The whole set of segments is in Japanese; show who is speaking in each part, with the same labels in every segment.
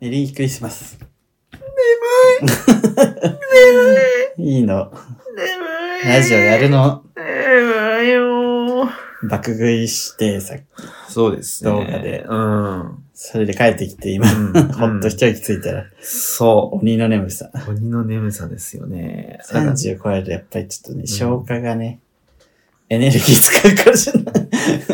Speaker 1: メリークリスマス。いいの。
Speaker 2: 眠い。
Speaker 1: ラジオやるの。
Speaker 2: 眠いよー。
Speaker 1: 爆食いしてさ、
Speaker 2: そうですね。
Speaker 1: 動画で
Speaker 2: うん。うん。
Speaker 1: それで帰ってきて今、 ほっと
Speaker 2: うん
Speaker 1: 一息ついたら、
Speaker 2: そ
Speaker 1: 鬼の眠さ。
Speaker 2: う。鬼の眠さですよね。
Speaker 1: 30超えるとやっぱりちょっとね、消化がね、エネルギー使うからじゃ な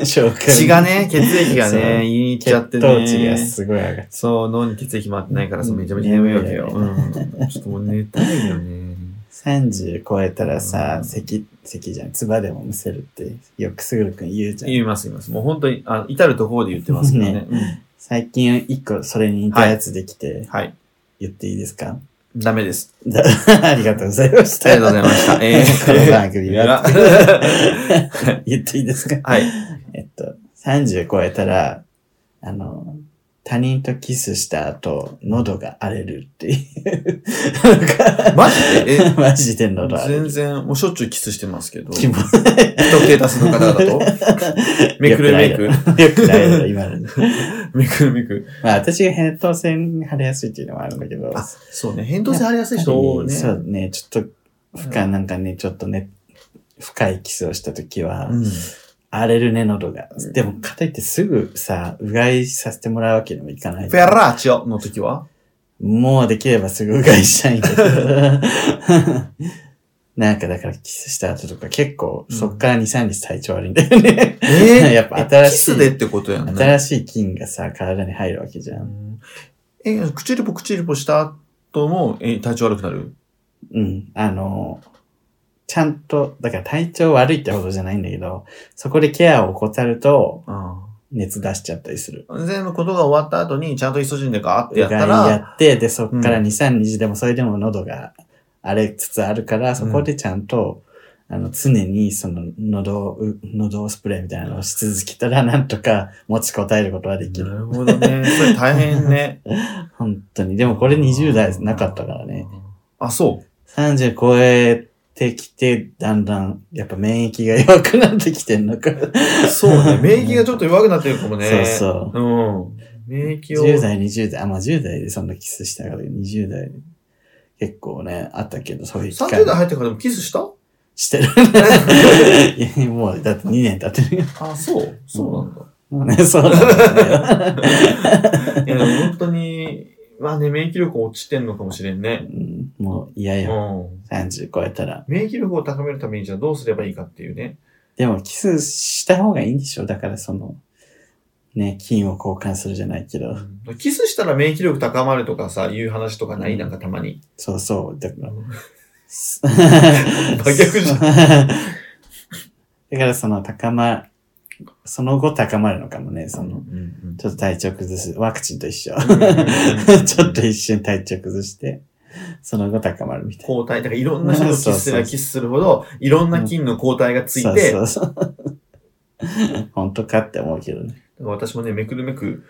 Speaker 1: い。消化
Speaker 2: 血がね、血液が
Speaker 1: そう
Speaker 2: ね、いっ
Speaker 1: 血
Speaker 2: ちゃって
Speaker 1: 糖値が
Speaker 2: ね。
Speaker 1: すごい上がっ
Speaker 2: そう、脳に血液回ってないから、
Speaker 1: うん
Speaker 2: そうめちゃめちゃ眠いわけよ。
Speaker 1: 眠
Speaker 2: うん。ちょっともう寝たいよね。
Speaker 1: 30超えたらさ
Speaker 2: う、ん
Speaker 1: 咳、咳じゃん、唾でもむせるって、よくすぐるくん言うじゃん。
Speaker 2: 言います、言います。もう本当に、あ、至るところで言ってますけどね
Speaker 1: ね。最近一個それに似たやつでき
Speaker 2: うん
Speaker 1: て、
Speaker 2: はい。
Speaker 1: 言っていいですか、
Speaker 2: ダ メです。
Speaker 1: だありがとうございまし
Speaker 2: あ
Speaker 1: た。
Speaker 2: りがとうございました。えー
Speaker 1: この番 組は 言っていいですか
Speaker 2: はい。
Speaker 1: えっと、30超えたら、あの、他人とキスした後、喉が荒れるっていう。
Speaker 2: マジでえ
Speaker 1: マジで喉荒れ
Speaker 2: 全
Speaker 1: る。
Speaker 2: 然、もうしょっちゅうキスしてますけど。
Speaker 1: 気
Speaker 2: 一
Speaker 1: 持
Speaker 2: 定多数の方 々と。めくるめく。
Speaker 1: よくないの、今の。
Speaker 2: めくるめく。
Speaker 1: まあ、私が扁桃腺腫れやすいっていうのもあるんだけど。
Speaker 2: あ、そうね。扁桃腺ありやすい人多いね。
Speaker 1: そうね、ちょっと、負荷、なんかね、ちょっとね、深いキスをした時は、
Speaker 2: うん。
Speaker 1: 荒れるね、喉が
Speaker 2: う。ん
Speaker 1: でも、かといってすぐさ、うがいさせてもらうわけにもいかない。
Speaker 2: フェラーチオの時は
Speaker 1: もうできればすぐうがいしたいんだけ ど。なんかだからキスした後とか結構そっから2、3日体調悪いんだよね。
Speaker 2: え
Speaker 1: やっぱ新しい
Speaker 2: キスでってことやんね。
Speaker 1: 新しい菌がさ、体に入るわけじゃん。
Speaker 2: え、口リポ口リポした後も、え、体調悪くなる
Speaker 1: うん。あの、ちゃんと、だから体調悪いってほどじゃないんだけど、そこでケアを怠ると
Speaker 2: あ
Speaker 1: 熱出しちゃったりする。
Speaker 2: あ。全部ことが終わった後に、ちゃんとイソジンでガーって
Speaker 1: う
Speaker 2: やっ
Speaker 1: が
Speaker 2: た
Speaker 1: いや
Speaker 2: ら、
Speaker 1: って、で、そっから2、
Speaker 2: う
Speaker 1: 3
Speaker 2: ん
Speaker 1: 日でもそれでも喉が荒れつつあるから、そこでちゃんと、あの、常にその喉を、う喉スプレーみたいなのをし続けたら、なんとか持ちこたえることはでき
Speaker 2: な
Speaker 1: る。
Speaker 2: るほどね。それ大変ね。
Speaker 1: 本当に。でもこれ20代なかったから ね。。
Speaker 2: あ、そう。
Speaker 1: 30超えてきて、だんだん、やっぱ免疫が弱くなってきてんのか。
Speaker 2: そうね。免疫がちょっと弱くなってるかもね。
Speaker 1: そうそう。
Speaker 2: う。うん。免疫を。
Speaker 1: 10代、20代、あ、まあ10代でそんなキスしたから、20代、結構ね、あったけど、そういう機
Speaker 2: 30
Speaker 1: 会
Speaker 2: 代入ってからでもキスした
Speaker 1: してる。いやもう、だって2年経ってるよ。
Speaker 2: あ、そう。そうなんだ。
Speaker 1: もうね、そうなんだよ
Speaker 2: いや、でも本当に、まあね、免疫力落ちてんのかもしれん
Speaker 1: う
Speaker 2: ね。
Speaker 1: んもう嫌
Speaker 2: う
Speaker 1: よ。
Speaker 2: ん。
Speaker 1: 30超えたら。
Speaker 2: 免疫力を高めるためにじゃあどうすればいいかっていうね。
Speaker 1: でも、キスした方がいいんでしょだから、その、ね、金を交換するじゃないけど。
Speaker 2: キスしたら免疫力高まるとかさ、いう話とかないなんかたまに。
Speaker 1: そうそう。だから、す
Speaker 2: 真逆 じゃん
Speaker 1: だから、その、高ま、その後高まるのかもね、その、
Speaker 2: ん
Speaker 1: ちょっと体調崩す。ワクチンと一緒。
Speaker 2: う ん
Speaker 1: ちょっと一瞬体調崩して、その後高まるみたいな。
Speaker 2: 抗体、だからいろんな人とキスすればキスするほど、いろんな菌の抗体がついて、
Speaker 1: そうそう そう。本当かって思うけどね。
Speaker 2: だから私もね、めくるめく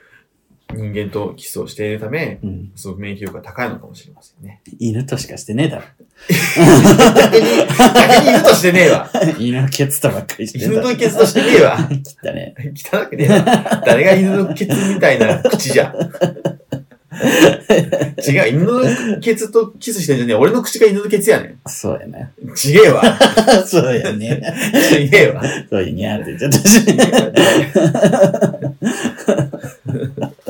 Speaker 2: 人間とキスをしているため、
Speaker 1: うん。
Speaker 2: すごく免疫力が高いのかもしれませんね。
Speaker 1: 犬としかしてねえだろ。
Speaker 2: 逆に、逆に犬としてねえわ。
Speaker 1: 犬のケツとばっかりしてん
Speaker 2: 犬
Speaker 1: だ
Speaker 2: とケツとしてねえわ。
Speaker 1: 切ったね。
Speaker 2: 汚くねえな。誰が犬のケツみたいな口じゃ。違う、犬のケツとキスしてんじゃねえ。俺の口が犬のケツやねん。
Speaker 1: そうや な。
Speaker 2: ちげえわ。
Speaker 1: そうやね。
Speaker 2: ちげえ わ。
Speaker 1: そういうにゃーって言っちゃったし。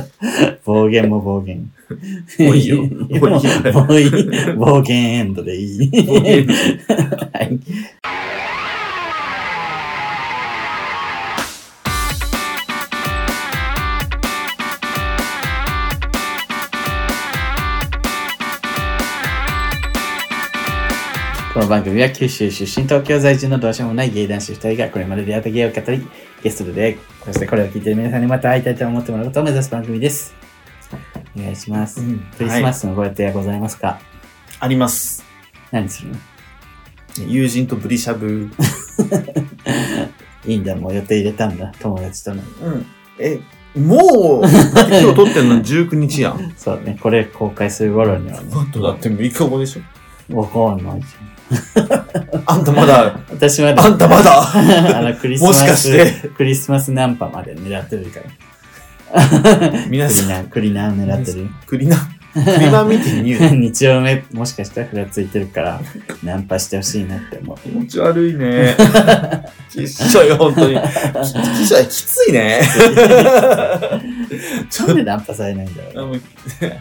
Speaker 1: 暴言も暴言。
Speaker 2: もうい いよもういいよ
Speaker 1: もういい。暴言エンドでいい。はい。この番組は九州出身東京在住のどうしようもない芸男子2人がこれまで出会った芸を語りゲストで出会いそしてこれを聞いている皆さんにまた会いたいと思ってもらうことを目指す番組ですお願いします、クリスマ
Speaker 2: はい
Speaker 1: スのご予定はございますか、
Speaker 2: あります。
Speaker 1: 何するの
Speaker 2: 友人とブリシャブ。
Speaker 1: いいんだもう予定入れたんだ友達との
Speaker 2: うん。え、もう、だって今日撮ってんの19日 やん。
Speaker 1: そうねこれ公開する頃にはね
Speaker 2: あとだって3日後でしょ。
Speaker 1: わかんない
Speaker 2: あんたまだ、
Speaker 1: 私まだ
Speaker 2: あんたまだ、
Speaker 1: あのクリスマス
Speaker 2: もしかして
Speaker 1: クリスマスナンパまで狙ってるから
Speaker 2: 皆
Speaker 1: クリ
Speaker 2: さ
Speaker 1: ナ
Speaker 2: ん、
Speaker 1: クリナを狙ってる。
Speaker 2: クリナ、クリナ見てニ ュー。
Speaker 1: 2丁目、もしかしたらふらついてるから、ナンパしてほしいなって思う。
Speaker 2: 気持ち悪 いね。きっしょい、本当に。ききっしょい、きついね。ちょ
Speaker 1: な
Speaker 2: っ
Speaker 1: んでナンパされないんだろう
Speaker 2: と、
Speaker 1: ね。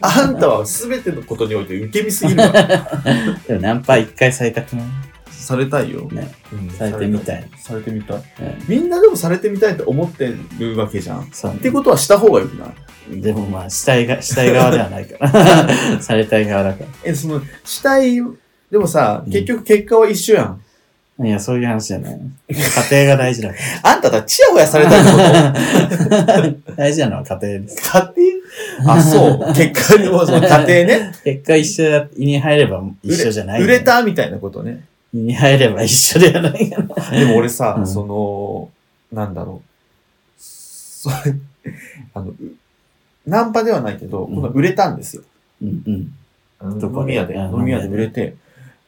Speaker 2: あのあんたは全てのことにおいて受け身すぎるわ。
Speaker 1: でもナンパ一回されたくない
Speaker 2: されたいよ。
Speaker 1: ね
Speaker 2: うん
Speaker 1: されてみたい。
Speaker 2: されてみたい。
Speaker 1: うん
Speaker 2: みんなでもされてみたいと思ってるわけじゃん。っ
Speaker 1: そうね
Speaker 2: てことはした方がよくない
Speaker 1: でもまあ、したいが、したい側ではない から。されたい側だか
Speaker 2: え、その、したい、でもさ、
Speaker 1: うん
Speaker 2: 結局結果は一緒やん。
Speaker 1: ら。いや、そういう話じゃない。家庭が大事だか
Speaker 2: あんたたちチヤホヤされたいってこ
Speaker 1: ら。大事なのは家庭です。
Speaker 2: と家庭あ、そう。結果でもその家庭ね。
Speaker 1: 結果一緒だ、胃に入れば一緒じゃない、
Speaker 2: 売れたみたいなこ とね。
Speaker 1: 胃に入れば一緒ではないかな。
Speaker 2: でも俺さ、
Speaker 1: うん
Speaker 2: その、なんだろう。そ れ、あの、うナンパではないけど、
Speaker 1: うん
Speaker 2: この売れたんですよ。
Speaker 1: うんうん。
Speaker 2: あの
Speaker 1: どこで
Speaker 2: 飲み屋で、
Speaker 1: あ
Speaker 2: 飲み屋で
Speaker 1: 飲み屋で
Speaker 2: 売れて、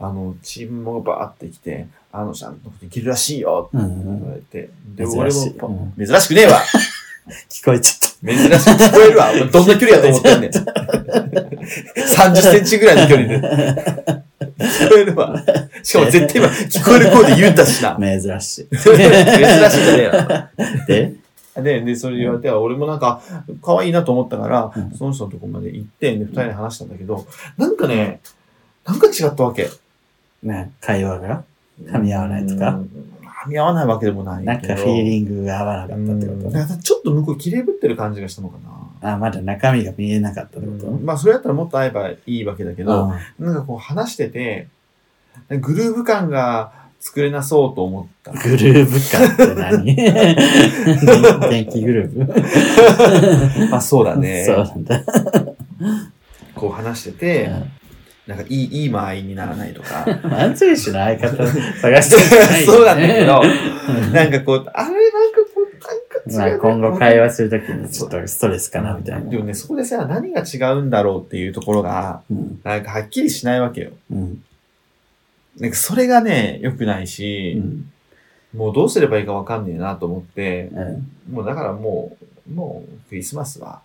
Speaker 2: あの、チームもバーって来て、あのちゃんのことできるらしいよ
Speaker 1: う
Speaker 2: って
Speaker 1: ん
Speaker 2: 言
Speaker 1: うん、
Speaker 2: われて、で、
Speaker 1: 珍
Speaker 2: 俺
Speaker 1: し
Speaker 2: も
Speaker 1: い
Speaker 2: パ
Speaker 1: うん
Speaker 2: 珍しくねえわ
Speaker 1: 聞こえちゃっ
Speaker 2: 珍しく聞こ えるわ。俺どんな距離やと思ってんねん。30センチぐらいの距離で。聞こえるわ。しかも絶対今、聞こえる声で言ったしな。
Speaker 1: た。珍し
Speaker 2: 珍しいじゃねえわ。
Speaker 1: い。で、
Speaker 2: で、で、それ言われて、俺もなんか、可愛いなと思ったから、
Speaker 1: うん
Speaker 2: その人のとこまで行って、で、二人で話したんだけど、なんかね、なんか違ったわけ。
Speaker 1: な会話が噛み合わないとか
Speaker 2: うん噛み合わないわけでもない
Speaker 1: なん
Speaker 2: けど。
Speaker 1: かフィーリングが合わなかったって
Speaker 2: う
Speaker 1: こ
Speaker 2: ん
Speaker 1: と
Speaker 2: だからちょっと向こう、切れぶってる感じがしたのかな。
Speaker 1: あ、まだ中身が見えなかったってこと、
Speaker 2: うんまあ、それやったらもっと会えばいいわけだけど、
Speaker 1: あ
Speaker 2: なんかこう話してて、グルーヴ感が作れなそうと思っ た
Speaker 1: あ。グルーブ感って何電気グルーブ
Speaker 2: まあそうだね。
Speaker 1: そうなんだ。
Speaker 2: こう話してて、なんかいい、いい間合いにならないとか。
Speaker 1: 安全手の 相方探してない、
Speaker 2: そうなんだけど、
Speaker 1: うん
Speaker 2: なんかこう、あれなんかこう、な
Speaker 1: ま
Speaker 2: んか違
Speaker 1: あ
Speaker 2: う。
Speaker 1: 今後会
Speaker 2: 話
Speaker 1: 話するときにちょっとストレスかなみたい
Speaker 2: で
Speaker 1: な。
Speaker 2: もね、そこでさ、何が違うんだろうっていうところが、
Speaker 1: うん。
Speaker 2: なんかはっきりしないわけよ。
Speaker 1: うん。
Speaker 2: なんかそれがね、良くないうし、
Speaker 1: ん。
Speaker 2: もうどうすればいいかわかんねえなと思って、
Speaker 1: うん
Speaker 2: もうだからもう、もうクリスマスは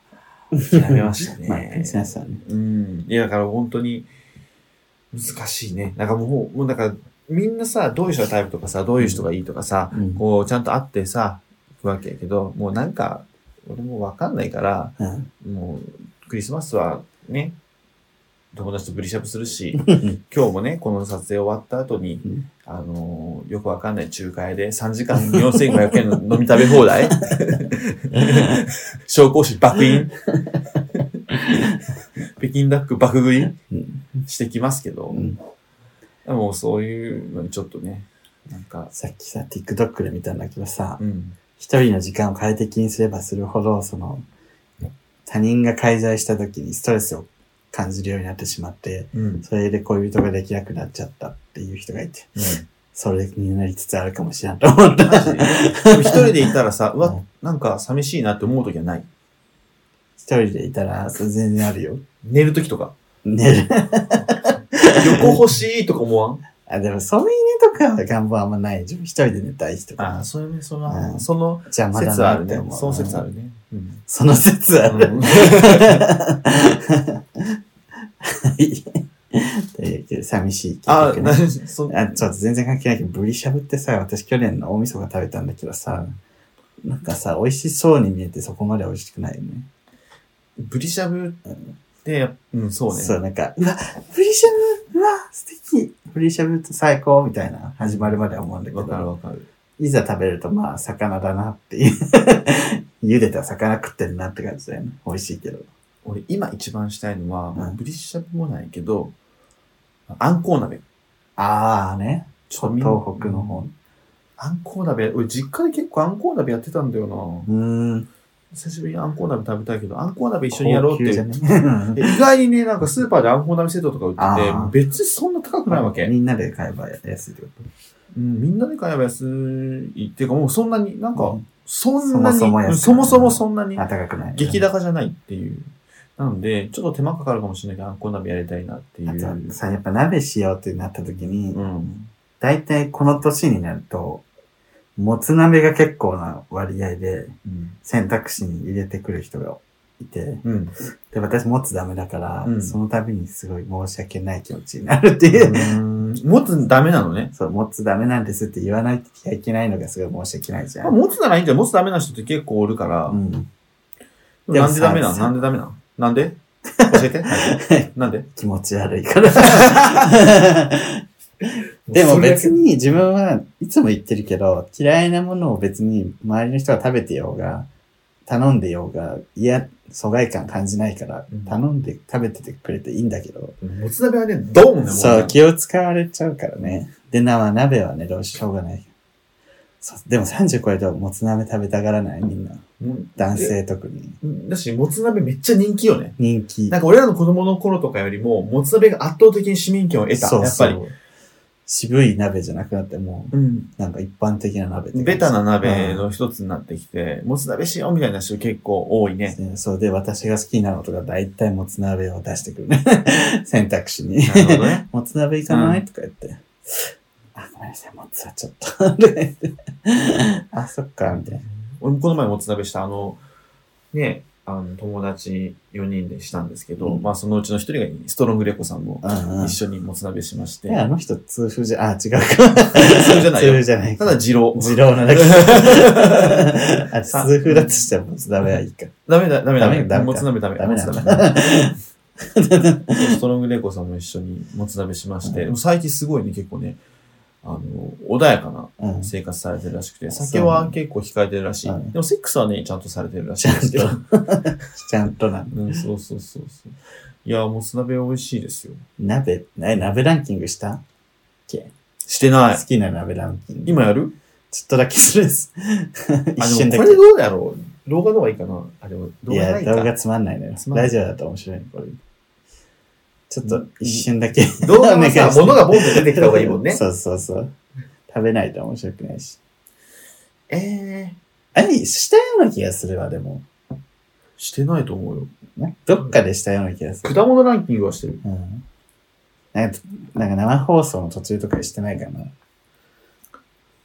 Speaker 2: 諦めました ね。
Speaker 1: まあ、クリスマスはね。
Speaker 2: うん。いや、だから本当に難しいね。なんかもう、もうだからみんなさ、どういう人がタイプとかさ、どういう人がいいとかさ、
Speaker 1: うん。
Speaker 2: こうちゃんと会ってさ、行くわけやけど、もうなんか、俺もわかんないから、
Speaker 1: うん
Speaker 2: もうクリスマスはね、友達とブリシャブする し、
Speaker 1: うん
Speaker 2: 今日もね、この撮影終わった後に、
Speaker 1: うん
Speaker 2: あのーよくわかんない仲介で3時間4500円の飲み食べ放題 紹興酒爆飲北京ダック爆食い
Speaker 1: うん
Speaker 2: してきますけど、
Speaker 1: うん
Speaker 2: でもそういうのにちょっとね、なんか、
Speaker 1: さっきさ、TikTok で見たんだけどさ、
Speaker 2: うん。
Speaker 1: 一人の時間を快適にすればするほど、その、他人が介在した時にストレスを感じるようになってしまって、
Speaker 2: うん。
Speaker 1: それで恋人ができなくなっちゃったっていう人がいて、それになりつつあるかもしれんと思った。
Speaker 2: マジででも一人でいたらさ、う
Speaker 1: う
Speaker 2: わ
Speaker 1: ん、
Speaker 2: なんか寂しいなって思う時はない。
Speaker 1: 一人でいたら、それ全然あるよ。
Speaker 2: 寝る時とか。
Speaker 1: 寝る。
Speaker 2: 横欲しいとか思わん
Speaker 1: あ、でも、そういう寝とかは願望あんまない。自分一人で寝たい人か
Speaker 2: あ
Speaker 1: な
Speaker 2: あ、。それね、そ
Speaker 1: うん
Speaker 2: の、その
Speaker 1: 邪魔だ
Speaker 2: 説あ
Speaker 1: な
Speaker 2: る
Speaker 1: って
Speaker 2: ね
Speaker 1: 思。う。
Speaker 2: その説あるね。うん
Speaker 1: その説ある。はいというわけで 寂しい
Speaker 2: あ、
Speaker 1: 企画
Speaker 2: な
Speaker 1: ね。
Speaker 2: そ
Speaker 1: あ、ちょっと全然関係ないけど、ブリしゃぶってさ、私去年の大晦日食べたんだけどさ、なんかさ、美味しそうに見えてそこまで美味しくないよね。
Speaker 2: ブリシャブって、うん、そうね。
Speaker 1: そう、なんか、うわ、ブリしゃぶうわ、素敵ブリしゃぶって最高みたいな、始まるまでは思うんだけ
Speaker 2: わかる
Speaker 1: ど、
Speaker 2: わかる。
Speaker 1: いざ食べるとまあ、魚だなっていう。 茹でた魚食ってるなって感じだよね。美味しいけど。
Speaker 2: 俺、今一番したいのは、
Speaker 1: うん
Speaker 2: ブリシャブもないけど、あんこう鍋。
Speaker 1: あーね。
Speaker 2: ちょっとみんな
Speaker 1: 東北の方。
Speaker 2: あんこう鍋、俺実家で結構あんこう鍋やってたんだよな。
Speaker 1: うーん。
Speaker 2: 久しぶりにあんこう鍋食べたいけど、あんこう鍋一緒にやろうっ
Speaker 1: 高
Speaker 2: て
Speaker 1: 級
Speaker 2: い
Speaker 1: じゃ
Speaker 2: う。
Speaker 1: ね
Speaker 2: で意外にね、なんかスーパーであんこう鍋セットとか売って
Speaker 1: あー
Speaker 2: て、別にそんな高くないわけ。
Speaker 1: みんなで買えば安いってこ
Speaker 2: うん、みんなで買えば安いっていうか、もうそんなに、なん
Speaker 1: と
Speaker 2: か、そんなに、
Speaker 1: そもそも安い
Speaker 2: うんそもそもそんなに
Speaker 1: あ、高くない。
Speaker 2: 激高じゃないっていう。なので、ちょっと手間かかるかもしれないけど、あんこう鍋やりたいなってい
Speaker 1: あとは
Speaker 2: う。
Speaker 1: さ、やっぱ鍋しようってなった時に、
Speaker 2: うん。
Speaker 1: 大体この年になると、もつ鍋が結構な割合で
Speaker 2: うん。
Speaker 1: 選択肢に入れてくる人がいて、
Speaker 2: うん。
Speaker 1: で、私もつダメだから、
Speaker 2: うん
Speaker 1: その度にすごい申し訳ない気持ちになるっていう。
Speaker 2: 持つダメなのね。
Speaker 1: そう、もつダメなんですって言わないといけないのがすごい申し訳ないじゃ
Speaker 2: まあ、
Speaker 1: ん。
Speaker 2: 持つならいいんじゃない持つダメな人って結構おるから
Speaker 1: う。ん。でも
Speaker 2: なんでダメなの
Speaker 1: さ
Speaker 2: なんでダメなのな んで教えて。はいなんで
Speaker 1: 気持ち悪いから。 でも別。に自分はいつも言ってるけど、嫌いなものを別に周りの人が食べてようが、頼んでようが、いや、疎外感感じないから
Speaker 2: うん、
Speaker 1: 頼んで食べててくれていいんだけど、
Speaker 2: もつ鍋はね、ドーンね、も
Speaker 1: そう、
Speaker 2: ね
Speaker 1: 気を使われちゃうからね。で、な、鍋はね、どうしようがない。そうでも30超えるともつ鍋食べたがらないみんな。
Speaker 2: うん
Speaker 1: 男性特に。
Speaker 2: だし、もつ鍋めっちゃ人気よね。
Speaker 1: 人気。
Speaker 2: なんか俺らの子供の頃とかよりも、もつ鍋が圧倒的に市民権を得た。
Speaker 1: そう
Speaker 2: やっぱり。
Speaker 1: そう渋い鍋じゃなくなって、も
Speaker 2: うん。
Speaker 1: う、なんか一般的な鍋って感じ
Speaker 2: ベタな鍋の一つになってきて、もつ鍋しようみたいな人結構多いね。
Speaker 1: ねそうで、私が好きなのとか、大体もつ鍋を出してくる ね。選択肢に
Speaker 2: な。るほどね。
Speaker 1: もつ鍋いかない、
Speaker 2: う
Speaker 1: とか言って。あ、ごめんなさい、もつはちょっと。 とか言ってあ、そっか、みたいな。
Speaker 2: 俺もこの前もつ鍋した、あの、ね、あの、友達4人でしたんですけど、
Speaker 1: うん
Speaker 2: まあそのうちの一人がストロングレコさんも
Speaker 1: うんうん
Speaker 2: 一緒にもつ鍋しまして、
Speaker 1: で、あの人、通風じゃ、あ、違うか。通
Speaker 2: 風じゃないよ
Speaker 1: じゃない
Speaker 2: ただ二郎。
Speaker 1: 二郎なだけ。 あ、
Speaker 2: さ
Speaker 1: 通風だとしても、もつ鍋はいいか。
Speaker 2: ダメだ、ダメ
Speaker 1: ダメ
Speaker 2: だ、
Speaker 1: ダメ
Speaker 2: もつ鍋ダメ。
Speaker 1: ダメ
Speaker 2: もつ
Speaker 1: なん
Speaker 2: 鍋
Speaker 1: だ。
Speaker 2: ストロングレコさんも一緒にもつ鍋しまして、でも最近すごいね、結構ね、あの、穏やかな
Speaker 1: うん。
Speaker 2: 生活されてるらしくて、
Speaker 1: そう
Speaker 2: 酒は結構控えてるらしい。
Speaker 1: うん
Speaker 2: でもセックスはね、ちゃんとされてるらしいんですけ ど。
Speaker 1: ちゃんとな。
Speaker 2: うん、そうそうそうそう。いや、もつ鍋美味しいですよ。
Speaker 1: 鍋、え、鍋ランキングしたっけ
Speaker 2: してない
Speaker 1: 好。きな鍋ランキング。
Speaker 2: 今やる
Speaker 1: ちょっとだけするです。一
Speaker 2: あ、で
Speaker 1: 瞬
Speaker 2: も
Speaker 1: だ
Speaker 2: こ
Speaker 1: け
Speaker 2: れ。どうだろう動画の方がいいかなあ、でも動
Speaker 1: い
Speaker 2: 画な
Speaker 1: や、
Speaker 2: い
Speaker 1: 動画
Speaker 2: か。
Speaker 1: つまんないのよ
Speaker 2: つ。まんない
Speaker 1: ラジオだと面白いのこれ。ちょっと一瞬だけ。
Speaker 2: 動 画 は
Speaker 1: お願い
Speaker 2: さ
Speaker 1: し、て
Speaker 2: 物がボンと出てきた方がいいもんね。
Speaker 1: そうそうそう。食べないと面白くないし。
Speaker 2: えー、
Speaker 1: あれ、したような気がするわ、でも。
Speaker 2: してないと思うよ。
Speaker 1: などっかでしたような気がする。
Speaker 2: 果物ランキングはしてる。
Speaker 1: うん。なんか、なんか生放送の途中とかしてないかな。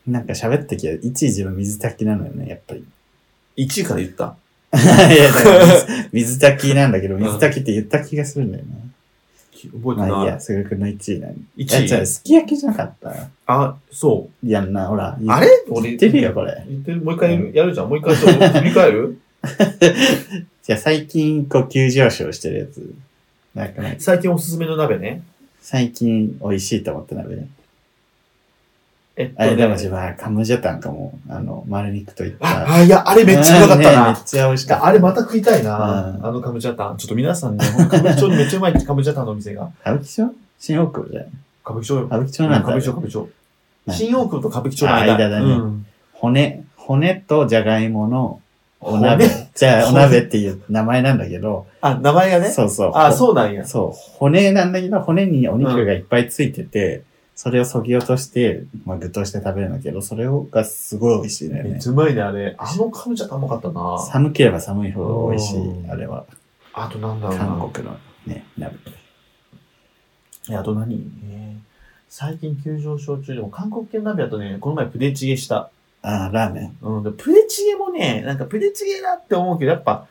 Speaker 1: なんか喋った時は、いちいち自分水炊きなのよね、やっぱり。
Speaker 2: 1位から言った。
Speaker 1: いや、だから水水炊きなんだけど、水炊きって言った気がするんだよね。
Speaker 2: き覚えて
Speaker 1: まあいい
Speaker 2: な
Speaker 1: や、すぐくんの1位なんで。
Speaker 2: い。
Speaker 1: いや、違
Speaker 2: 1
Speaker 1: う、
Speaker 2: 位。
Speaker 1: すき焼きじゃなかった。
Speaker 2: あ、そう。
Speaker 1: いやんな、ほら。
Speaker 2: あれ
Speaker 1: 言
Speaker 2: 俺
Speaker 1: ってるよ、これ。
Speaker 2: 言ってるもう一回やるやるじゃん。もう一回ちょっと振り返る
Speaker 1: じゃあ最近、こう、急上昇してるやつ。なんかない。
Speaker 2: 最近おすすめの鍋ね。
Speaker 1: 最近、美味しいと思った鍋ね。
Speaker 2: えっと
Speaker 1: あれ、でも自
Speaker 2: ね。
Speaker 1: 分はカムジャタンかも、あの、丸肉といっ
Speaker 2: あ、
Speaker 1: た。
Speaker 2: あいや、あれめっちゃうまかった
Speaker 1: うんね
Speaker 2: な
Speaker 1: め。っちゃ美味しかった。
Speaker 2: あれまた食いたいな、
Speaker 1: うん
Speaker 2: あのカムジャタン。ちょっと皆さんね、ほんと歌舞伎町にめっちゃうまいカムジャタンのお店が。
Speaker 1: 歌舞伎町新大久保じゃない
Speaker 2: 歌舞伎町よ。
Speaker 1: 歌舞伎町なん
Speaker 2: 歌
Speaker 1: だ
Speaker 2: 舞伎町、歌舞伎町。
Speaker 1: ね
Speaker 2: 新大久保と歌舞伎町の間。
Speaker 1: あ間だね
Speaker 2: うん
Speaker 1: 骨、骨とじゃがいものお鍋。じゃあ、お鍋っていう名前なんだけど、
Speaker 2: あ、名前がね。
Speaker 1: そうそう。
Speaker 2: あ、そうなんや。
Speaker 1: そう、骨なんだけど、骨にお肉がいっぱいついてて、それをそぎ落として、まあ、具として食べるんだけど、それがすごい美味しいんだよ
Speaker 2: めっ
Speaker 1: ね。
Speaker 2: ちゃうまいね、あれ。あのカムジャタンうまかったな。
Speaker 1: 寒ければ寒いほど美味し
Speaker 2: う
Speaker 1: い、
Speaker 2: ん
Speaker 1: あれは。
Speaker 2: あとなんだろう
Speaker 1: 韓
Speaker 2: な。
Speaker 1: 国のね、鍋。
Speaker 2: えあと何ね最近急上昇中でも、韓国系の鍋だとね、この前プデチゲした。
Speaker 1: ああ、ラーメン。
Speaker 2: うん、でプデチゲもね、なんかプデチゲだって思うけど、やっぱ、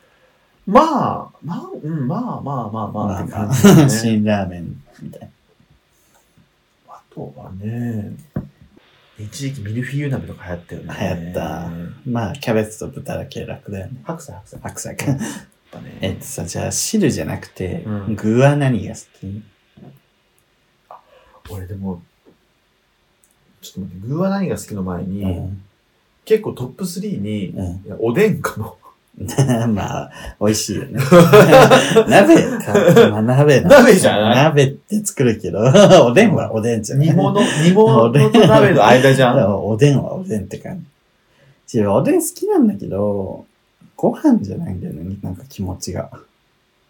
Speaker 2: まあ、まあ、うん、まあまあまあまあって感じだ ね。
Speaker 1: 新ラーメンみたいな。
Speaker 2: あとはね、一時期ミルフィーユ鍋とか流行ったよね。
Speaker 1: 流行ったまあ、キャベツと豚だけ楽だよね。
Speaker 2: 白菜、白菜。
Speaker 1: 白菜か。
Speaker 2: だね。
Speaker 1: えっとさ、じゃあ汁じゃなくて
Speaker 2: う、ん
Speaker 1: 具は何が好き
Speaker 2: 俺でも、ちょっと待って、具は何が好きの前に、
Speaker 1: うん。
Speaker 2: 結構トップ3に、い
Speaker 1: うん。
Speaker 2: やおでんかも。
Speaker 1: まあ、美味しい よね。鍋か。まあ、鍋な
Speaker 2: 鍋じゃない
Speaker 1: 鍋って作るけど、 おでんはおでんじゃない。
Speaker 2: 煮物、煮物
Speaker 1: おでん
Speaker 2: と鍋の間 じ
Speaker 1: だか
Speaker 2: ゃん。
Speaker 1: らおでんはおでんって感じ。違う、おでん好きなんだけど、ご飯じゃないんだよね、なんか気持ちが。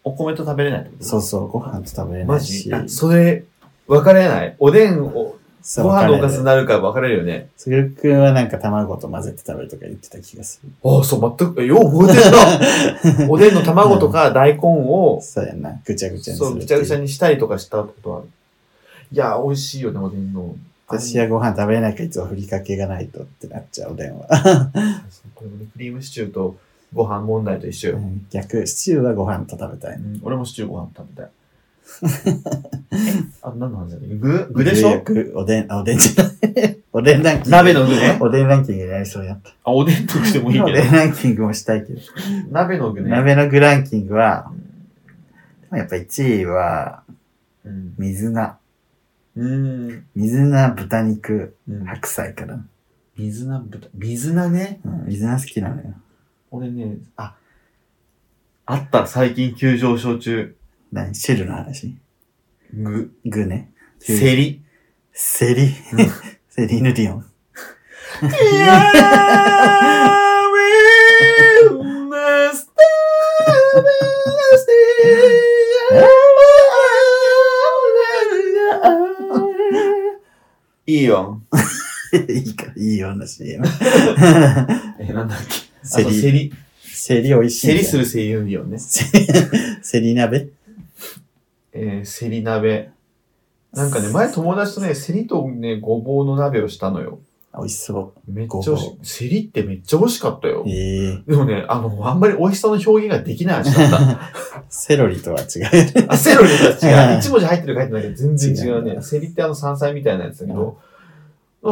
Speaker 2: お米と食べれないってこと
Speaker 1: そうそう、ご飯と食べれな
Speaker 2: マ
Speaker 1: いし
Speaker 2: ジ。あそれ、分かれない。おでんを、
Speaker 1: そう
Speaker 2: ご飯のおかずに
Speaker 1: わか
Speaker 2: なるか分かれるよね。
Speaker 1: すぐるくんはなんか卵と混ぜて食べるとか言ってた気がする。
Speaker 2: ああ、そう、全く、えよう覚えて るな。おでんの卵とか大根を、
Speaker 1: そうやんな。ぐちゃぐちゃにす
Speaker 2: そ
Speaker 1: る
Speaker 2: う、
Speaker 1: ってい
Speaker 2: ぐちゃぐちゃにしたりとかしたことある。いや、美味しいよね、おでんの。
Speaker 1: 私はご飯食べれないからいつもふりかけがないとってなっちゃう、おでんは。
Speaker 2: これもねクリームシチューとご飯問題と一緒よ。
Speaker 1: 逆、シチューはご飯と食べたいね。
Speaker 2: 俺もシチューご飯食 べたい。えあ、何の話だっけ具具でしょ
Speaker 1: 逆おでん、あ、 おでんじゃない。おでんランキング。
Speaker 2: 鍋の具ね。
Speaker 1: おでんランキングやりそうやった。
Speaker 2: あ、おでんとしてもい い
Speaker 1: お
Speaker 2: け
Speaker 1: でん
Speaker 2: ど。
Speaker 1: ランキングもしたいけど。
Speaker 2: 鍋の具ね。
Speaker 1: 鍋の具ランキングは、やっぱ1位は、
Speaker 2: うん。
Speaker 1: 水菜。
Speaker 2: うん。
Speaker 1: 水菜、豚肉、
Speaker 2: うん
Speaker 1: 白菜かな。
Speaker 2: 水菜豚。水菜ね。
Speaker 1: うん、水菜好きなのよ。
Speaker 2: 俺ね、あ、あった、最近急上昇中。
Speaker 1: 何汁の話
Speaker 2: 具。
Speaker 1: 具ね。
Speaker 2: セリ。
Speaker 1: セリ
Speaker 2: うん。
Speaker 1: セリーヌディオン。
Speaker 2: いいよ。
Speaker 1: いいか、いいような CM。
Speaker 2: え、なんだっけ。
Speaker 1: セ
Speaker 2: あと
Speaker 1: リ、
Speaker 2: セリ。
Speaker 1: セリ美味しい。
Speaker 2: セリする声優よね。
Speaker 1: セセリ鍋
Speaker 2: えー、セリ鍋。なんかね、前友達とね、セリとね、ごぼうの鍋をしたのよ。
Speaker 1: 美味しそ
Speaker 2: めっちゃ美味しい。セリってめっちゃ美味しかったよ
Speaker 1: う。。ええ
Speaker 2: でもね、あの、あんまり美味しさの表現ができない味 だった。
Speaker 1: セロリとは違う。
Speaker 2: あ、セロリとは
Speaker 1: う
Speaker 2: 違
Speaker 1: ん
Speaker 2: う。一文字入ってるか入ってないけど、全然違う
Speaker 1: 違う
Speaker 2: ね。セリってあの山菜みたいなやつだけど、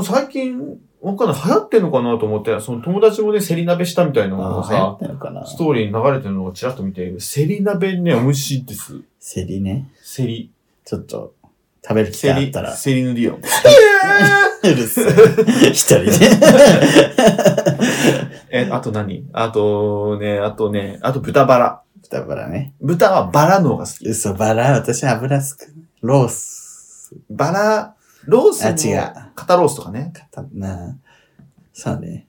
Speaker 2: 最近、わかんない、流行ってんのかなと思って、その友達もね、セリ鍋したみたいなの
Speaker 1: あ
Speaker 2: が
Speaker 1: あ、流行
Speaker 2: さ
Speaker 1: っ、たのかな
Speaker 2: ストーリーに流れてるのをちらっと見て、セリ鍋ね、美味しいです。
Speaker 1: セリね。
Speaker 2: セリ。
Speaker 1: ちょっと、食べる機
Speaker 2: セ
Speaker 1: 会あっ
Speaker 2: リ
Speaker 1: た、ら。
Speaker 2: セリのリオ
Speaker 1: う
Speaker 2: ン。
Speaker 1: るせえ。一人で。
Speaker 2: え、あと何あとね、あとね、あと豚バラ。
Speaker 1: 豚バラね。
Speaker 2: 豚はバラの方が好き。
Speaker 1: 嘘、バラ、私油少ない。ロース。
Speaker 2: バラ、ロース
Speaker 1: あ、
Speaker 2: も、
Speaker 1: 違う。
Speaker 2: 肩ロースとかね。
Speaker 1: かなそうね。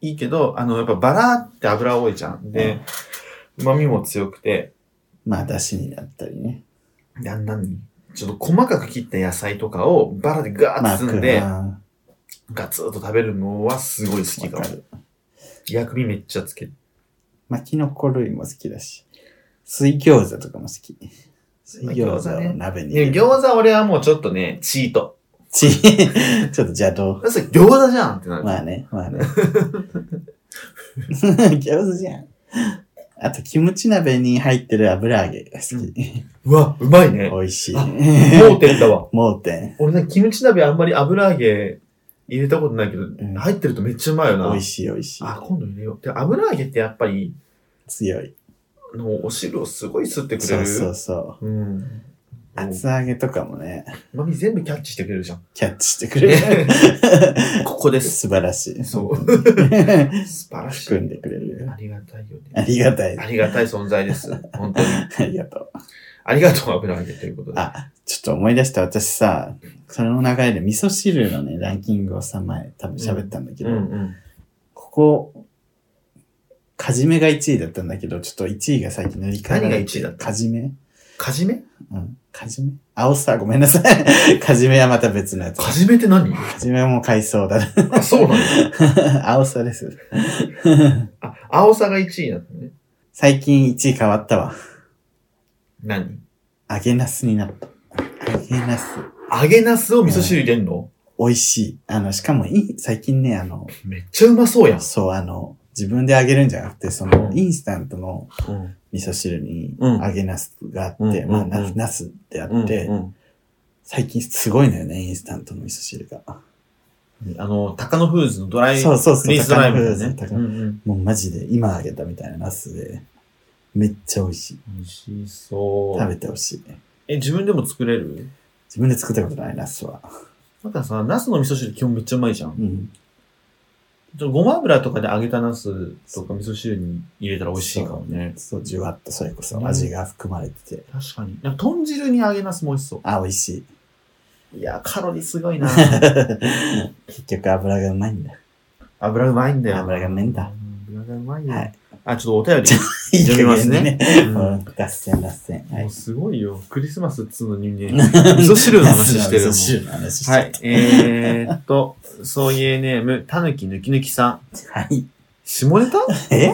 Speaker 2: いいけど、あの、やっぱバラって油多いじゃん。で、旨味も強くて、
Speaker 1: まあ、だしになったりね。
Speaker 2: な、なにちょっと細かく切った野菜とかをバラでガー
Speaker 1: ま
Speaker 2: ッ
Speaker 1: あ、
Speaker 2: と包んで、
Speaker 1: ま
Speaker 2: ガツッと食べるのはすごい好きか
Speaker 1: わ
Speaker 2: も
Speaker 1: か。る。
Speaker 2: 薬味めっちゃつける。
Speaker 1: まあ、キノコ類も好きだし。水餃子とかも好き。水餃子を鍋に入れ
Speaker 2: ね、
Speaker 1: る。
Speaker 2: 餃子俺はもうちょっとね、チート。
Speaker 1: ち、ちょっと邪道。
Speaker 2: だってそれ餃子じゃんってなる。
Speaker 1: まあね、まあ ね。餃子じゃん。あと、キムチ鍋に入ってる油揚げが好き。
Speaker 2: うわ、うまい
Speaker 1: 美
Speaker 2: ね。
Speaker 1: 味しい。
Speaker 2: あ盲点だわ。
Speaker 1: 盲点。
Speaker 2: 俺ね、キムチ鍋あんまり油揚げ入れたことないけど、
Speaker 1: ん
Speaker 2: 入ってるとめっちゃうまいよな。
Speaker 1: 美味しい美味しい。
Speaker 2: あ、今度入れよう。で、油揚げってやっぱり、
Speaker 1: 強い。
Speaker 2: あのお汁をすごい吸ってくれる。
Speaker 1: そうそうそう。
Speaker 2: うん。
Speaker 1: 厚揚げとかもね、
Speaker 2: うまみ全部キャッチしてくれるじゃん。
Speaker 1: キャッチしてくれる。
Speaker 2: ここです。
Speaker 1: 素晴らしい。
Speaker 2: そう。 素晴らし
Speaker 1: 含ん
Speaker 2: い。
Speaker 1: でくれるよ
Speaker 2: あ。りがたいよね。
Speaker 1: ありがたい。
Speaker 2: あ
Speaker 1: あ
Speaker 2: りがたい存在です。本当に。
Speaker 1: りがとう。
Speaker 2: ありがとう、油揚げということで。
Speaker 1: あちょっと思い出した私さ、その流れで味噌汁のね、ランキングをさ、前多分喋ったんだけ
Speaker 2: う
Speaker 1: ど、
Speaker 2: んうん。
Speaker 1: ここ、かじめが1位だったんだけど、ちょっと1位が最近塗り替えられて
Speaker 2: 何が一位だった
Speaker 1: かじめ
Speaker 2: かじめ
Speaker 1: うん。かじめ青さ、ごめんなさい。 かじめはまた別のやつ。
Speaker 2: か
Speaker 1: か
Speaker 2: じめっ て何
Speaker 1: じめはもう海藻だな。
Speaker 2: あ、そうなんだ。
Speaker 1: 青さです。
Speaker 2: あ、青さが1位だったね。
Speaker 1: 最近1位変わったわ。
Speaker 2: 何
Speaker 1: 揚げナスになった。揚げナス。
Speaker 2: 揚げナスを味噌汁入れんの、
Speaker 1: 美味しい。あの、しかもいい、最近ね、あの、
Speaker 2: めっちゃうまそうやん。
Speaker 1: そう、あの、自分で揚げるんじゃなくて、その、
Speaker 2: うん
Speaker 1: インスタントの
Speaker 2: うん。
Speaker 1: 味噌汁に
Speaker 2: うん
Speaker 1: 揚げナスがあって、
Speaker 2: うん
Speaker 1: まあ、
Speaker 2: うん
Speaker 1: な
Speaker 2: うん
Speaker 1: ナスってあって、
Speaker 2: うん
Speaker 1: 最近すごいのよね、インスタントの味噌汁が。
Speaker 2: あの、タカノフーズのドライ、
Speaker 1: そうそうそう
Speaker 2: フリーズドライブ
Speaker 1: タカノフーズ
Speaker 2: ね。
Speaker 1: タカ
Speaker 2: う
Speaker 1: ノ
Speaker 2: んうん。
Speaker 1: もうマジで今揚げたみたいなナスで、めっちゃ美味しい。
Speaker 2: 美味しそ
Speaker 1: 食べ
Speaker 2: う。
Speaker 1: てほしいね。
Speaker 2: え、自分でも作れる
Speaker 1: 自分で作ったことないナスは。
Speaker 2: なんかさ、ナスの味噌汁基本めっちゃうまいじゃん。
Speaker 1: うん。
Speaker 2: ちょっとごま油とかで揚げたナスとか味噌汁に入れたら美味しいかもね。
Speaker 1: そう、じゅわっとそれこ
Speaker 2: うん
Speaker 1: そ味が含まれてて。
Speaker 2: 確かに。なんか豚汁に揚げナスも美味しそ
Speaker 1: あ、美味し い。
Speaker 2: う。いやー、カロリーすごいな
Speaker 1: 結局油がうまいんだ。
Speaker 2: 油うまいんだよ。
Speaker 1: 油がうめえんだ。
Speaker 2: 油がうまいよ。
Speaker 1: はい
Speaker 2: あ、ちょっとお便り。
Speaker 1: いい
Speaker 2: 読みますね
Speaker 1: 加減にね
Speaker 2: うん
Speaker 1: うん脱線脱線。は
Speaker 2: もう
Speaker 1: い。
Speaker 2: すごいよ。クリスマスっつうのにね、 味噌汁の話してる
Speaker 1: ナ
Speaker 2: も
Speaker 1: ス
Speaker 2: ん。
Speaker 1: の話して
Speaker 2: は
Speaker 1: る
Speaker 2: い。えーっと、そういうネーム、たぬきぬきぬきさん。
Speaker 1: はい。
Speaker 2: 下ネタ
Speaker 1: え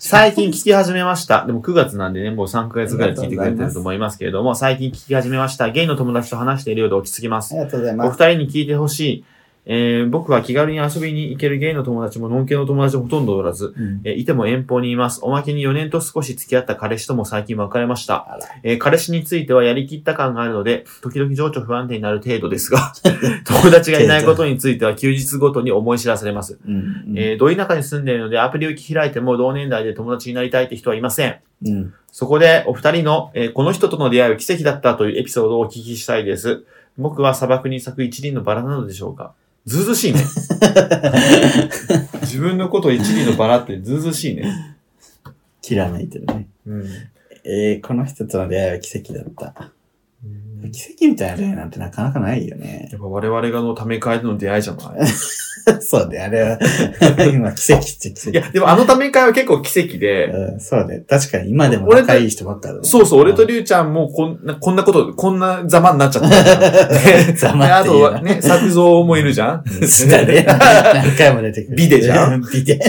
Speaker 2: 最近聞き始めました。でも9月なんでね、もう3ヶ月ぐらい聞いてくれてると思いますけれども、最近聞き始めました。ゲイの友達と話しているようで落ち着きます。
Speaker 1: りがとうござい
Speaker 2: お二
Speaker 1: ます。
Speaker 2: 人に聞いてほしい。えー僕は気軽に遊びに行けるゲイの友達もノンケの友達もほとんどおらず、
Speaker 1: うん
Speaker 2: えーいても遠方にいます。おまけに4年と少し付き合った彼氏とも最近別れました。
Speaker 1: あら
Speaker 2: えー彼氏についてはやりきった感があるので、時々情緒不安定になる程度ですが、 友達がいないことについては休日ごとに思い知らされます。
Speaker 1: うん
Speaker 2: えー、ど田舎に住んでいるのでアプリを開いても同年代で友達になりたいって人はいません。
Speaker 1: うん
Speaker 2: そこでお二人の、えーこの人との出会いは奇跡だったというエピソードをお聞きしたいです。僕は砂漠に咲く一輪のバラなのでしょうかずうずうしいね。自分のことを一輪のバラってずうずうしいね。
Speaker 1: 切らないとね。
Speaker 2: うん。
Speaker 1: えー、この人との出会いは奇跡だった。
Speaker 2: や
Speaker 1: 奇跡みたいな出会いなんてなかなかないよね。
Speaker 2: っぱ我々がのため会での出会いじゃない
Speaker 1: そうね、あれは、 今奇跡って奇
Speaker 2: い
Speaker 1: 跡。
Speaker 2: や、でもあのため会は結構奇跡で、
Speaker 1: うん、そうね。確かに今でも仲いい人ばっかだね。
Speaker 2: そうそう、俺とりゅうちゃんもこんな、こんなこと、こんなざまにな っちゃったから。ね
Speaker 1: ざまっていう
Speaker 2: で
Speaker 1: な
Speaker 2: あとはね、作造もいる じゃん
Speaker 1: うん。そうだね。何回も出てくる。
Speaker 2: ビデじゃん
Speaker 1: ビデ。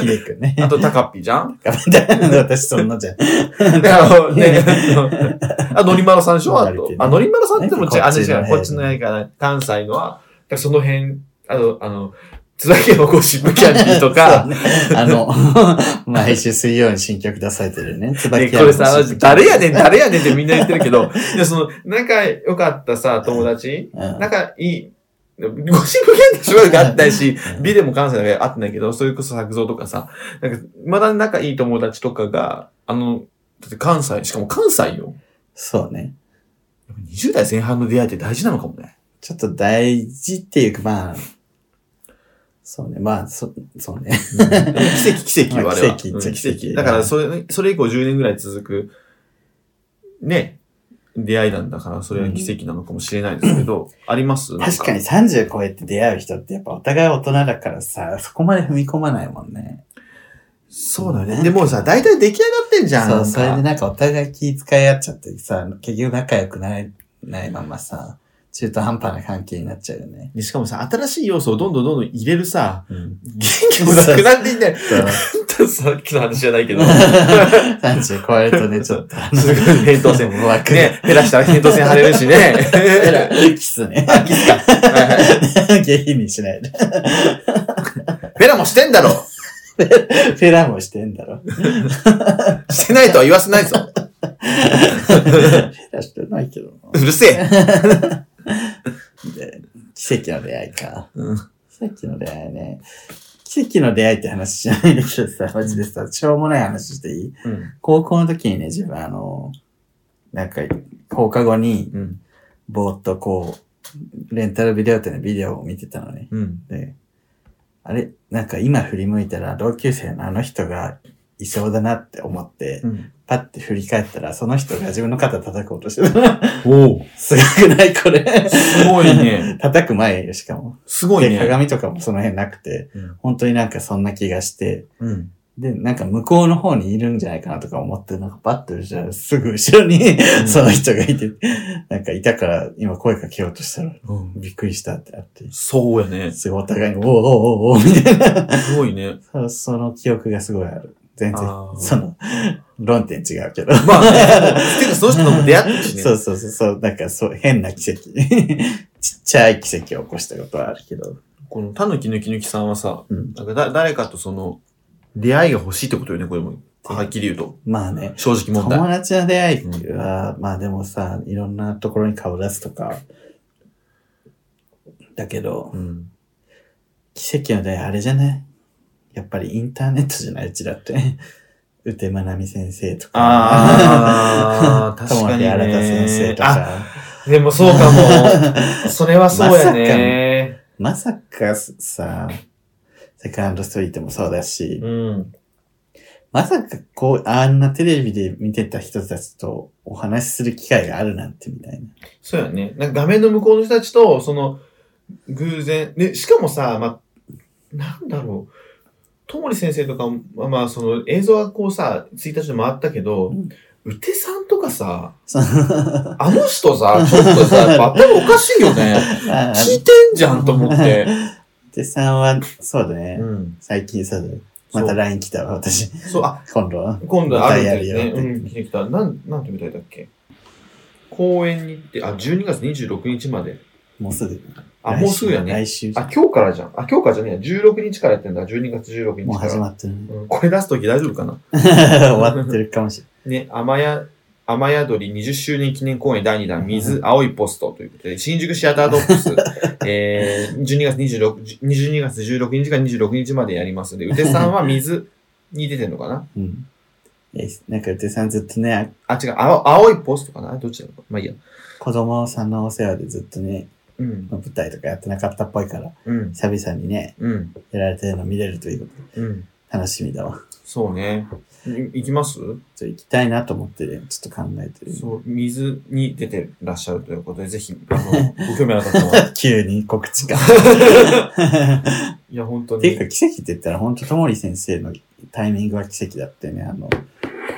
Speaker 1: ヒデくんね。
Speaker 2: あと、タカッピじゃん
Speaker 1: 私そんなじゃん。
Speaker 2: であのね、 あ、のりまろさんでしょあ
Speaker 1: 慣れて
Speaker 2: と
Speaker 1: る。
Speaker 2: あ、のりまろさんってもち、
Speaker 1: ね
Speaker 2: あ、違う、こ
Speaker 1: こ
Speaker 2: っ
Speaker 1: っ
Speaker 2: ち
Speaker 1: ち
Speaker 2: の
Speaker 1: の
Speaker 2: やから、関西のは、その辺、あの、あの、津田家のゴシップキャンディーとか、
Speaker 1: そうね、あの、 毎週水曜に新曲出されてるね。
Speaker 2: ね
Speaker 1: 椿
Speaker 2: こ
Speaker 1: 屋
Speaker 2: れ
Speaker 1: の
Speaker 2: さ、
Speaker 1: 新曲
Speaker 2: 誰やねん、誰やねんってみんな言ってるけど、でその、仲良かったさ、友達、
Speaker 1: うん
Speaker 2: 仲いい、ゴシップキャンディーしばらくあっ たし、ビデも関西だけ会ってないけど、それこそ作造とかさ、なんか、まだ仲いい友達とかが、あの、だって関西、しかも関西よ。
Speaker 1: そうね。
Speaker 2: やっぱ20代前半の出会いって大事なのかもね。
Speaker 1: ちょっと大事っていうか、まあ、そうね、まあ、そそうね。
Speaker 2: 奇跡、奇跡よ、
Speaker 1: まあ
Speaker 2: あれは。
Speaker 1: 奇跡
Speaker 2: うん
Speaker 1: 奇跡
Speaker 2: 奇跡。だから、それ、それ以降10年ぐらい続く、ね、出会いなんだから、それは奇跡なのかもしれないですけど、あります
Speaker 1: 確か
Speaker 2: に。
Speaker 1: に30超えて出会う人ってやっぱお互い大人だからさ、そこまで踏み込まないもんね。
Speaker 2: そうだね。でもさ、大体出来上がってんじゃん。
Speaker 1: そ
Speaker 2: な
Speaker 1: う、
Speaker 2: んか
Speaker 1: それでなんかお互い気遣い合っちゃってさ、結局仲良くない、ないままさ、中途半端な関係になっちゃうよね。
Speaker 2: でしかもさ、新しい要素をどんどんどんどん入れるさ、
Speaker 1: うん。
Speaker 2: 元気もなくなっていんだよ。
Speaker 1: そう。
Speaker 2: さっきの話じゃないけど。
Speaker 1: 30超えるとね、ちょっと、あの
Speaker 2: すぐ扁桃腺
Speaker 1: も湧く。
Speaker 2: ね、減らしたら扁桃腺腫れるしね。
Speaker 1: えら、キスね。
Speaker 2: あ、キスか。はいはい
Speaker 1: 下品にしないで。
Speaker 2: フェラもしてんだろ
Speaker 1: フェラもしてんだろ。フ
Speaker 2: してないとは言わせないぞ。
Speaker 1: ェラしてないけどな
Speaker 2: うるせえ。
Speaker 1: で奇跡の出会いか。
Speaker 2: うん
Speaker 1: 奇跡の出会いね。奇跡の出会いって話しないんだけどさ、マジでさ、しょうもない話していい高校の時にね、自分あの、なんか、放課後に、
Speaker 2: うん。
Speaker 1: ぼーっとこう、レンタルビデオ店のビデオを見てたのね。
Speaker 2: うん。
Speaker 1: で、あれ、なんか今振り向いたら同級生のあの人がいそうだなって思って、
Speaker 2: うん。
Speaker 1: パッて振り返ったら、その人が自分の肩叩こうとしてた。
Speaker 2: おお。
Speaker 1: すごくないこれ。
Speaker 2: すごいね。
Speaker 1: 叩く前よ、しかも。
Speaker 2: すごい
Speaker 1: で、
Speaker 2: ね。
Speaker 1: 鏡とかもその辺なくて、
Speaker 2: うん
Speaker 1: 本当になんかそんな気がして、
Speaker 2: うん。
Speaker 1: で、なんか向こうの方にいるんじゃないかなとか思って、なんかパッと後ろすぐ後ろにその人がいて、なんかいたから今声かけようとしたら、
Speaker 2: うん
Speaker 1: びっくりしたってなって、
Speaker 2: そうやね。
Speaker 1: すごいお互いに、おーおーおーおーみたいな。
Speaker 2: すごいね。
Speaker 1: そその記憶がすごいある。全然
Speaker 2: あ、ー
Speaker 1: その、論点違うけど。
Speaker 2: まあね、てかその人とも出会ったしね。
Speaker 1: そうそうそう、そうなんかそう、変な奇跡。 ちっちゃい奇跡を起こしたことはあるけど。
Speaker 2: この、たぬきぬきぬきさんはさ、
Speaker 1: うん
Speaker 2: なんかだ誰かとその、出会いが欲しいってことよね、これも。はっきり言うと。
Speaker 1: まあね、
Speaker 2: 正直問
Speaker 1: 友
Speaker 2: 題。
Speaker 1: 達の出会いっていうのは、まあでもさ、いろんなところに顔出すとか、だけど
Speaker 2: う、ん。
Speaker 1: 奇跡の出会いあれじゃないやっぱりインターネットじゃないうちだって。 宇手まなみ先生とか、
Speaker 2: ああ、確かに、ね。
Speaker 1: 新先生とか。
Speaker 2: あ、でもそうかも。 それはそうやね。
Speaker 1: まさかさ、セカンドストリートもそうだし、
Speaker 2: うん。
Speaker 1: まさかこう、あんなテレビで見てた人たちとお話しする機会があるなんてみたいな。
Speaker 2: そうやね。なんか画面の向こうの人たちと、その、偶然。で、しかもさ、まあ、なんだろう。ともり先生とかも、まあまあ、その映像はこうさ、ツイッターで回ったけど
Speaker 1: うん、
Speaker 2: うて、さんとかさ、
Speaker 1: そう
Speaker 2: あの人さ、ちょっとさ、やっぱ頭おかしいよね。
Speaker 1: あ
Speaker 2: 聞いてんじゃんと思って。
Speaker 1: でさんは、そうだね。
Speaker 2: ん。
Speaker 1: 最近さ、ま
Speaker 2: そ
Speaker 1: た
Speaker 2: う
Speaker 1: LINE 来たわ、私。
Speaker 2: そう、あ、
Speaker 1: 今度は。
Speaker 2: 今度あるみたいですね。
Speaker 1: 舞台あるよ
Speaker 2: うん、来てきた。なん、なんてみたいだっけ公演に行って、あ、12月26日まで。
Speaker 1: もうすぐ。
Speaker 2: あ、もうすぐやね。
Speaker 1: 来週。
Speaker 2: あ、今日からじゃん。あ、今日からじゃねえや。16日からやってんだ。12月16
Speaker 1: もう
Speaker 2: 日か
Speaker 1: 始
Speaker 2: ら。
Speaker 1: まってるね。
Speaker 2: うん、これ出すとき大丈夫かな
Speaker 1: 終わってるかもしれ
Speaker 2: ね、雨や、雨宿り20周年記念公演第2弾、水、青いポストということで、新宿シアタードッ プス、えー、12月26、22月16日から26日までやりますので、うてさんは水に出てんのかな
Speaker 1: ない。うん。え、なんか、うてさんずっとね、あ
Speaker 2: あ、違う、青青いポストかなどっちだろうまあいいや。
Speaker 1: 子供さんのお世話でずっとね、
Speaker 2: うん、
Speaker 1: 舞台とかやってなかったっぽいから、
Speaker 2: うん、
Speaker 1: 久々にね、
Speaker 2: うん、
Speaker 1: やられてるの見れるということで
Speaker 2: うん。
Speaker 1: 楽しみだわ。
Speaker 2: そうね。いいきます
Speaker 1: ちょっと行きたいなと思ってね、ちょっと考えてる。
Speaker 2: そう、水に出てらっしゃるということで、ぜひ、あ の、ご興味ある方 は。
Speaker 1: 急に告知 か。
Speaker 2: いや、本当
Speaker 1: っていうか。
Speaker 2: に
Speaker 1: 奇跡って言ったら本当ともり先生のタイミングは奇跡だってねあの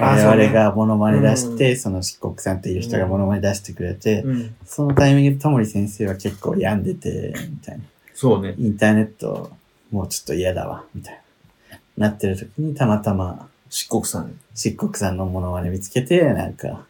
Speaker 2: あ
Speaker 1: 我
Speaker 2: そうね
Speaker 1: 々がモノマネ出して
Speaker 2: う
Speaker 1: その漆黒さんっていう人がモノマネ出してくれて、
Speaker 2: うん。
Speaker 1: そのタイミングでともり先生は結構病んでてみたいな
Speaker 2: そうね。
Speaker 1: インターネットもうちょっと嫌だわみたいななってる時にたまたま
Speaker 2: 漆黒さん。
Speaker 1: 漆黒さんのモノマネ見つけてなんか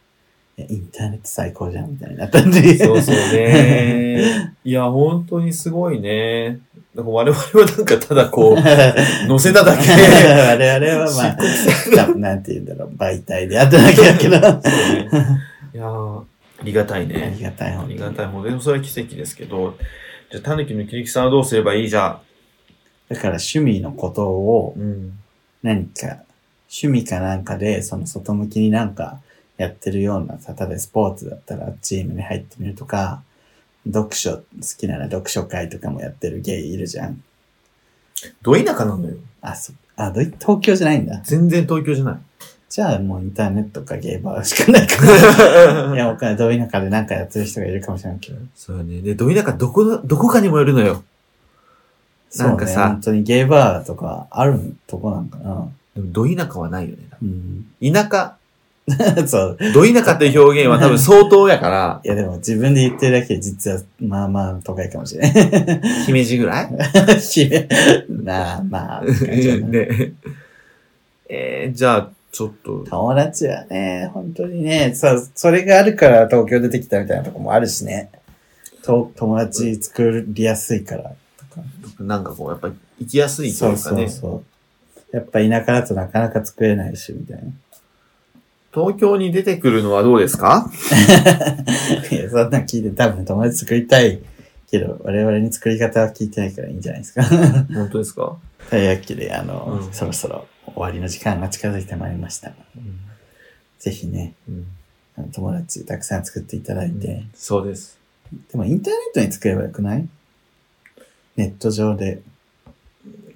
Speaker 1: いやインターネット最高じゃんみたいになったんで
Speaker 2: そうそうね。いや、本当にすごいね。なんか我々はなんかただこう、 乗せただ け。
Speaker 1: 我々はまあ、ななんて言うんだろう、媒体でやっただけだけど、あ
Speaker 2: そうねいやーありがたいね
Speaker 1: り。がたい、
Speaker 2: あ
Speaker 1: 本
Speaker 2: り
Speaker 1: 当
Speaker 2: が
Speaker 1: に。
Speaker 2: たい。ほんとにそれは奇跡ですけど、じゃあ、たぬきの切りきさんはどうすればいいじゃ
Speaker 1: だから趣味のことを
Speaker 2: ん。うん。
Speaker 1: 何か、趣味かなんかで、その外向きになんかやってるような、例えばスポーツだったらチームに入ってみるとか、読書、好きなら読書会とかもやってるゲイいるじゃん。
Speaker 2: ど田舎なのよ。
Speaker 1: あ、そ、あ、どい東京じゃないんだ。
Speaker 2: 全然東京じゃない。
Speaker 1: じゃあもうインターネットかゲイバーしかないか ら。いや、僕はどい中でなんかやってる人がいるかもしれないけど。
Speaker 2: そうね。で、ど田舎どこの、どこかにもよるのよ。なん
Speaker 1: そう
Speaker 2: か
Speaker 1: ね
Speaker 2: さ
Speaker 1: 本当にゲイバーとかあるとこなんかな。
Speaker 2: でも、ど田舎はないよね。
Speaker 1: うん。
Speaker 2: 田舎、
Speaker 1: そう。
Speaker 2: ど田舎っていう表現は多分相当やから、
Speaker 1: いやでも自分で言ってるだけで実はまあまあ都会かもしれない。
Speaker 2: 姫路ぐらい
Speaker 1: 姫なあまあ。
Speaker 2: ね。えー、じゃあ、ちょっと、
Speaker 1: 友達はね、本当にね、さ、それがあるから東京出てきたみたいなとこもあるしね。と友達作りやすいからとか。
Speaker 2: なんかこう、やっぱり行きやすいというか
Speaker 1: そう
Speaker 2: ね、
Speaker 1: そうそう。やっぱ田舎だとなかなか作れないし、みたいな。
Speaker 2: 東京に出てくるのはどうですか
Speaker 1: いや、そんなん聞いて多分友達作りたいけど、我々に作り方は聞いてないからいいんじゃないですか。
Speaker 2: 本当ですか、
Speaker 1: というわけで、あの、
Speaker 2: うん
Speaker 1: そろそろ終わりの時間が近づいてまいりました。ぜひね、
Speaker 2: うん
Speaker 1: あの友達たくさん作っていただいて、
Speaker 2: そうです。
Speaker 1: でもインターネットに作ればよくないネット上で、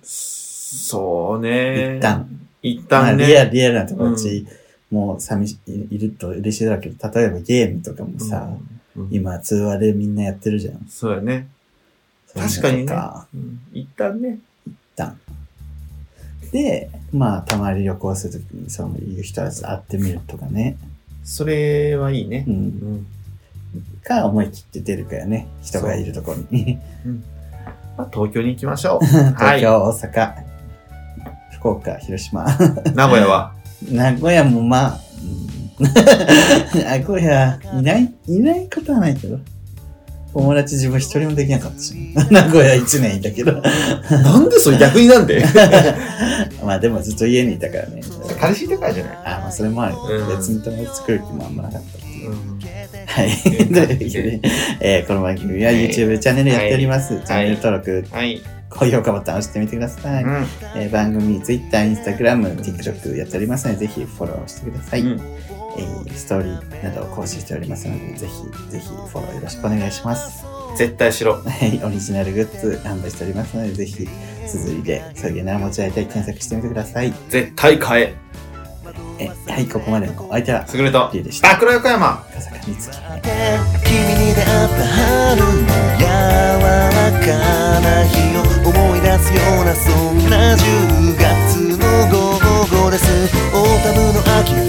Speaker 2: そうね。
Speaker 1: 一。旦、
Speaker 2: 一
Speaker 1: まあ、
Speaker 2: 旦ね。
Speaker 1: リアリアルな友達も寂し、いいると嬉しいだろうけど、例えばゲームとかも
Speaker 2: うん
Speaker 1: さ、
Speaker 2: うん
Speaker 1: 今通話でみんなやってるじゃん。
Speaker 2: そうやね。
Speaker 1: そういうのと
Speaker 2: 確かにねうん一旦ね。
Speaker 1: で、まあ、たまに旅行するときに、その、いう人たちと会ってみるとかね。
Speaker 2: それはいいね
Speaker 1: う。。
Speaker 2: うんん
Speaker 1: か、思い切って出るかよね。人がいるところに。
Speaker 2: まあ、 東京に行きましょう。は
Speaker 1: 東
Speaker 2: い。
Speaker 1: 京、大阪、福岡、広島。
Speaker 2: 名古屋は。
Speaker 1: 名古屋もまあ、うん名古屋、いない、いないことはないけど。友達自分一人もできなかったし。名古屋一年いたけ ど。
Speaker 2: なんでそれ逆になん で
Speaker 1: まあでもずっと家にいたからね。
Speaker 2: 彼氏いたからじゃない。
Speaker 1: あ、まあそれもあるけど。
Speaker 2: うん
Speaker 1: 別に友達作る気もあんまなかったっていう。
Speaker 2: うん
Speaker 1: はい。 というわけで、えーこの番組は YouTube チャンネルやっております。チャンネル登録、
Speaker 2: はい。
Speaker 1: 高評価ボタン押してみてください。
Speaker 2: うん
Speaker 1: えー番組 Twitter、Instagram、TikTok やっておりますので、ぜひフォローしてください。
Speaker 2: うん
Speaker 1: えーストーリーなどを更新しておりますので、ぜひ、ぜひフォローよろしくお願いします。
Speaker 2: 絶対しろ。
Speaker 1: はい、オリジナルグッズ販売しておりますので、ぜひ、綴りで、そういうなら持ち合いたい検索してみてください。
Speaker 2: 絶対買え。
Speaker 1: えーはい、ここまでのお相手は、
Speaker 2: 優れた
Speaker 1: リュウでし。た
Speaker 2: あ、黒横山。
Speaker 1: 深坂美月。
Speaker 3: 君に出会った春の柔らかな日を思い出すようなそんな10月の午後ですオータムの秋冬